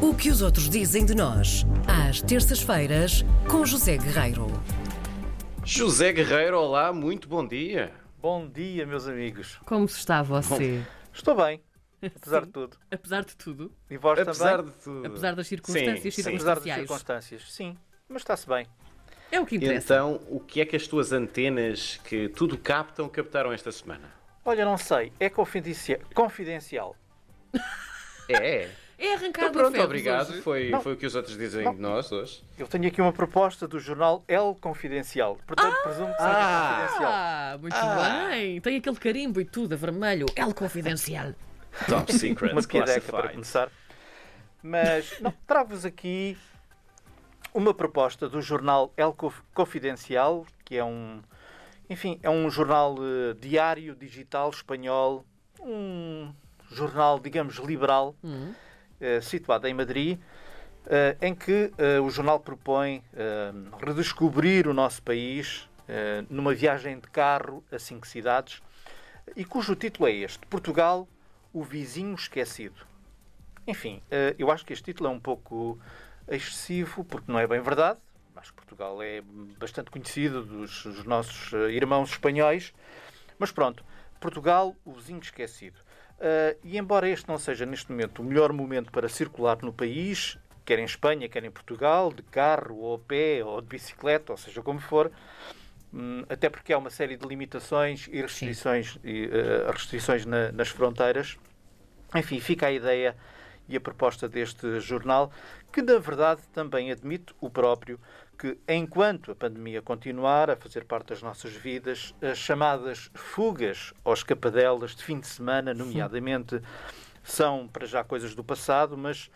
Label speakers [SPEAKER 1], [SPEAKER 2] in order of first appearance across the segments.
[SPEAKER 1] O que os outros dizem de nós, às terças-feiras, com José Guerreiro.
[SPEAKER 2] José Guerreiro, olá, muito bom dia.
[SPEAKER 3] Bom dia, meus amigos.
[SPEAKER 1] Como está você?
[SPEAKER 3] Estou bem, apesar de tudo.
[SPEAKER 4] Apesar de tudo,
[SPEAKER 3] E vós
[SPEAKER 2] Apesar
[SPEAKER 3] também?
[SPEAKER 2] de tudo.
[SPEAKER 4] apesar das circunstâncias
[SPEAKER 2] eh, sim.
[SPEAKER 3] Apesar das
[SPEAKER 4] circunstanciais.
[SPEAKER 3] circunstâncias. Sim, mas está-se bem.
[SPEAKER 4] É o que interessa.
[SPEAKER 2] Então, o que é que as tuas antenas que tudo captam, captaram esta semana?
[SPEAKER 3] Olha, não sei, é confidencia- confidencial.
[SPEAKER 2] É.
[SPEAKER 4] É arrancar
[SPEAKER 2] Então
[SPEAKER 4] do
[SPEAKER 2] pronto,
[SPEAKER 4] Febres
[SPEAKER 2] obrigado.
[SPEAKER 4] hoje.
[SPEAKER 2] Foi,
[SPEAKER 3] Não.
[SPEAKER 2] foi o que os outros dizem de nós hoje.
[SPEAKER 3] Eu tenho aqui uma proposta do jornal El Confidencial. Portanto, presumo que seja
[SPEAKER 2] Ah!
[SPEAKER 3] confidencial.
[SPEAKER 4] Ah, muito
[SPEAKER 2] Ah.
[SPEAKER 4] bem. Tem aquele carimbo e tudo, a vermelho. El Confidencial.
[SPEAKER 2] Top Secret
[SPEAKER 3] Uma piadeca para
[SPEAKER 2] Classified.
[SPEAKER 3] começar. Mas não, trago-vos aqui uma proposta do jornal El Conf- Confidencial, que é um, enfim, é um jornal eh, diário digital espanhol, um jornal, digamos, liberal, eh, situado em Madrid, eh, em que eh, o jornal propõe eh, redescobrir o nosso país eh, numa viagem de carro a cinco cidades e cujo título é este: Portugal, o vizinho esquecido. Enfim, eh, eu acho que este título é um pouco excessivo, porque não é bem verdade. Acho que Portugal é bastante conhecido dos, dos nossos eh, irmãos espanhóis. Mas pronto, Portugal, o vizinho esquecido. Eh, e embora este não seja neste momento o melhor momento para circular no país, quer em Espanha, quer em Portugal, de carro ou a pé ou de bicicleta, ou seja como for, Hum, até porque há uma série de limitações e restrições, e, eh, restrições na- nas fronteiras. Enfim, fica a ideia e a proposta deste jornal, que na verdade também admite o próprio que, enquanto a pandemia continuar a fazer parte das nossas vidas, as chamadas fugas ou escapadelas de fim de semana, nomeadamente, são para já coisas do passado, mas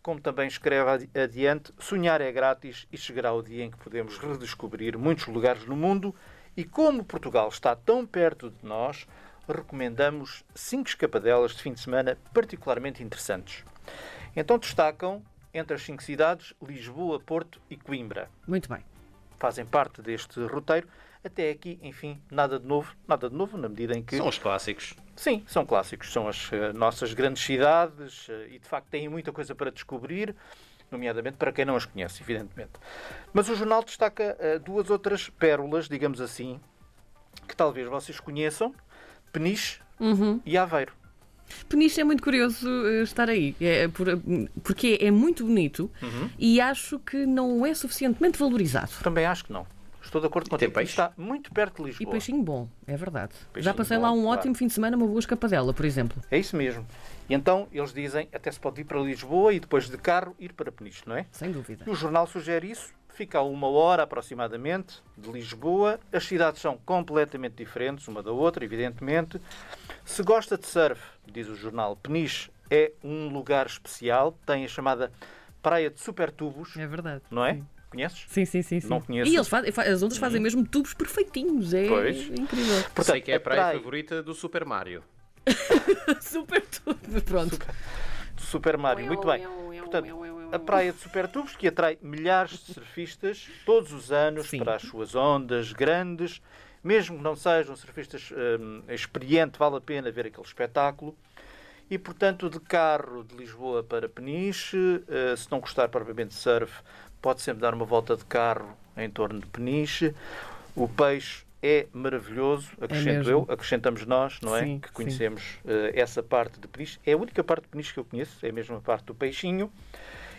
[SPEAKER 3] como também escreve adi- adiante, sonhar é grátis e chegará o dia em que podemos redescobrir muitos lugares no mundo. E como Portugal está tão perto de nós, recomendamos cinco escapadelas de fim de semana particularmente interessantes. Então destacam, entre as cinco cidades, Lisboa, Porto e Coimbra.
[SPEAKER 4] Muito bem.
[SPEAKER 3] Fazem parte deste roteiro. Até aqui, enfim, nada de novo, nada de novo, na medida em que.
[SPEAKER 2] São os clássicos.
[SPEAKER 3] Sim, são clássicos, são as eh, nossas grandes cidades eh, e de facto têm muita coisa para descobrir, nomeadamente para quem não as conhece, evidentemente. Mas o jornal destaca eh, duas outras pérolas, digamos assim, que talvez vocês conheçam: Peniche
[SPEAKER 4] Uhum.
[SPEAKER 3] e Aveiro.
[SPEAKER 4] Peniche é muito curioso eh, estar aí, é, por- porque é muito bonito
[SPEAKER 3] Uhum.
[SPEAKER 4] e acho que não é suficientemente valorizado.
[SPEAKER 3] Também acho que não. Estou de acordo
[SPEAKER 2] tem
[SPEAKER 3] contigo.
[SPEAKER 2] peixe?
[SPEAKER 3] Está muito perto de
[SPEAKER 4] E
[SPEAKER 3] Lisboa.
[SPEAKER 4] peixinho bom, é verdade. Já
[SPEAKER 3] Peixinho
[SPEAKER 4] passei
[SPEAKER 3] bom,
[SPEAKER 4] lá um
[SPEAKER 3] claro.
[SPEAKER 4] ótimo fim de semana, uma boa escapadela, por exemplo.
[SPEAKER 3] É isso mesmo. E então eles dizem até se pode ir para Lisboa e depois de carro ir para Peniche, não é?
[SPEAKER 4] Sem dúvida.
[SPEAKER 3] E o jornal sugere isso. Fica a uma hora aproximadamente de Lisboa. As cidades são completamente diferentes uma da outra, evidentemente. Se gosta de surf, diz o jornal, Peniche é um lugar especial. Tem a chamada Praia de Supertubos,
[SPEAKER 4] É verdade.
[SPEAKER 3] não é?
[SPEAKER 4] Sim.
[SPEAKER 3] Conheces?
[SPEAKER 4] Sim, sim, sim. sim.
[SPEAKER 3] Não conheço.
[SPEAKER 4] E eles fazem, fa- as outras fazem mesmo tubos perfeitinhos. É
[SPEAKER 3] Pois.
[SPEAKER 4] incrível.
[SPEAKER 2] Sei que é a praia
[SPEAKER 3] praia
[SPEAKER 2] favorita do Super Mario.
[SPEAKER 3] Tá
[SPEAKER 4] Super tubo. Pronto.
[SPEAKER 3] de Super Mario. Muito bem. Portanto, a praia de Supertubos que atrai milhares de surfistas todos os anos
[SPEAKER 4] Sim.
[SPEAKER 3] para as suas ondas grandes. Mesmo que não sejam surfistas hum, experiente, vale a pena ver aquele espetáculo. E, portanto, de carro de Lisboa para Peniche, eh, se não gostar propriamente de surf, pode sempre dar uma volta de carro em torno de Peniche. O peixe é maravilhoso, acrescento
[SPEAKER 4] mesmo.
[SPEAKER 3] eu, acrescentamos nós, não é?
[SPEAKER 4] Sim,
[SPEAKER 3] que
[SPEAKER 4] sim.
[SPEAKER 3] conhecemos eh, essa parte de peniche. É a única parte de peniche que eu conheço, é a mesma parte do peixinho.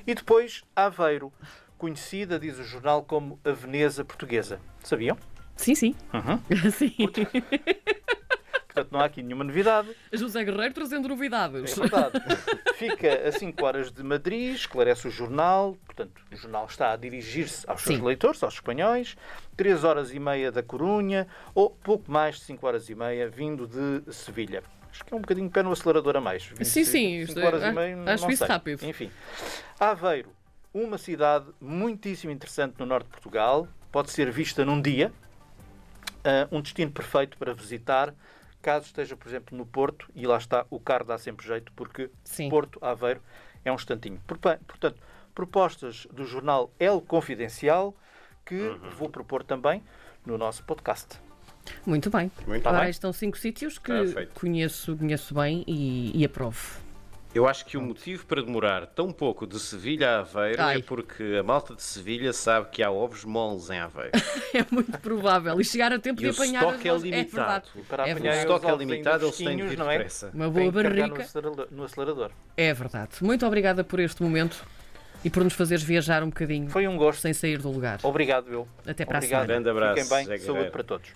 [SPEAKER 3] E depois Aveiro, conhecida, diz o jornal, como a Veneza portuguesa. Sabiam?
[SPEAKER 4] Sim, sim. sim.
[SPEAKER 3] Portanto, não há aqui nenhuma novidade.
[SPEAKER 4] José Guerreiro trazendo
[SPEAKER 3] É
[SPEAKER 4] novidades.
[SPEAKER 3] verdade. Fica a 5 horas de Madrid, esclarece o jornal, portanto, o jornal está a dirigir-se aos seus
[SPEAKER 4] Sim.
[SPEAKER 3] leitores, aos espanhóis, 3 horas e meia da Corunha, ou pouco mais de 5 horas e meia, vindo de Sevilha. Acho que é um bocadinho pé no acelerador a mais.
[SPEAKER 4] Sim, sim, isto
[SPEAKER 3] 5
[SPEAKER 4] é-
[SPEAKER 3] horas e
[SPEAKER 4] a-
[SPEAKER 3] meia,
[SPEAKER 4] acho
[SPEAKER 3] não
[SPEAKER 4] isso
[SPEAKER 3] sei.
[SPEAKER 4] rápido.
[SPEAKER 3] Enfim. Aveiro, uma cidade muitíssimo interessante no norte de Portugal, pode ser vista num dia, ah, um destino perfeito para visitar, caso esteja, por exemplo, no Porto, e lá está, o carro dá sempre jeito, porque
[SPEAKER 4] Sim.
[SPEAKER 3] Porto, Aveiro, é um instantinho. Porpa- Portanto, propostas do jornal El Confidencial, que
[SPEAKER 2] Uhum.
[SPEAKER 3] vou propor também no nosso podcast.
[SPEAKER 4] Muito bem.
[SPEAKER 2] Muito
[SPEAKER 4] Ora,
[SPEAKER 2] bem.
[SPEAKER 4] estão cinco sítios que
[SPEAKER 2] Perfeito.
[SPEAKER 4] conheço, conheço bem e, e aprovo.
[SPEAKER 2] Eu acho que o motivo para demorar tão pouco de Sevilha a Aveiro
[SPEAKER 4] Ai.
[SPEAKER 2] é porque a malta de Sevilha sabe que há ovos moles em Aveiro.
[SPEAKER 4] É muito provável. E chegar a tempo
[SPEAKER 2] E
[SPEAKER 4] de
[SPEAKER 2] o
[SPEAKER 4] apanhar
[SPEAKER 2] estoque
[SPEAKER 4] as
[SPEAKER 2] é
[SPEAKER 4] vozes-
[SPEAKER 2] limitado.
[SPEAKER 4] verdade.
[SPEAKER 3] Para
[SPEAKER 4] É
[SPEAKER 2] O
[SPEAKER 3] apanhar os
[SPEAKER 4] verdade.
[SPEAKER 3] ovos
[SPEAKER 2] estoque é
[SPEAKER 3] ainda
[SPEAKER 2] limitado, eles têm de
[SPEAKER 3] fresquinhos,
[SPEAKER 2] vir
[SPEAKER 3] não é?
[SPEAKER 2] depressa.
[SPEAKER 4] Uma
[SPEAKER 3] Tem
[SPEAKER 4] boa
[SPEAKER 3] que carregar no
[SPEAKER 4] barrica.
[SPEAKER 3] acelerador- no acelerador.
[SPEAKER 4] É verdade. Muito obrigada por este momento e por nos fazeres viajar um bocadinho
[SPEAKER 3] Foi um gosto.
[SPEAKER 4] sem sair do lugar.
[SPEAKER 3] Obrigado, eu.
[SPEAKER 4] Até para a
[SPEAKER 3] Obrigado.
[SPEAKER 4] semana.
[SPEAKER 2] Grande abraço,
[SPEAKER 3] Fiquem bem.
[SPEAKER 2] Zé
[SPEAKER 3] Saúde
[SPEAKER 2] Guerreiro.
[SPEAKER 3] para todos.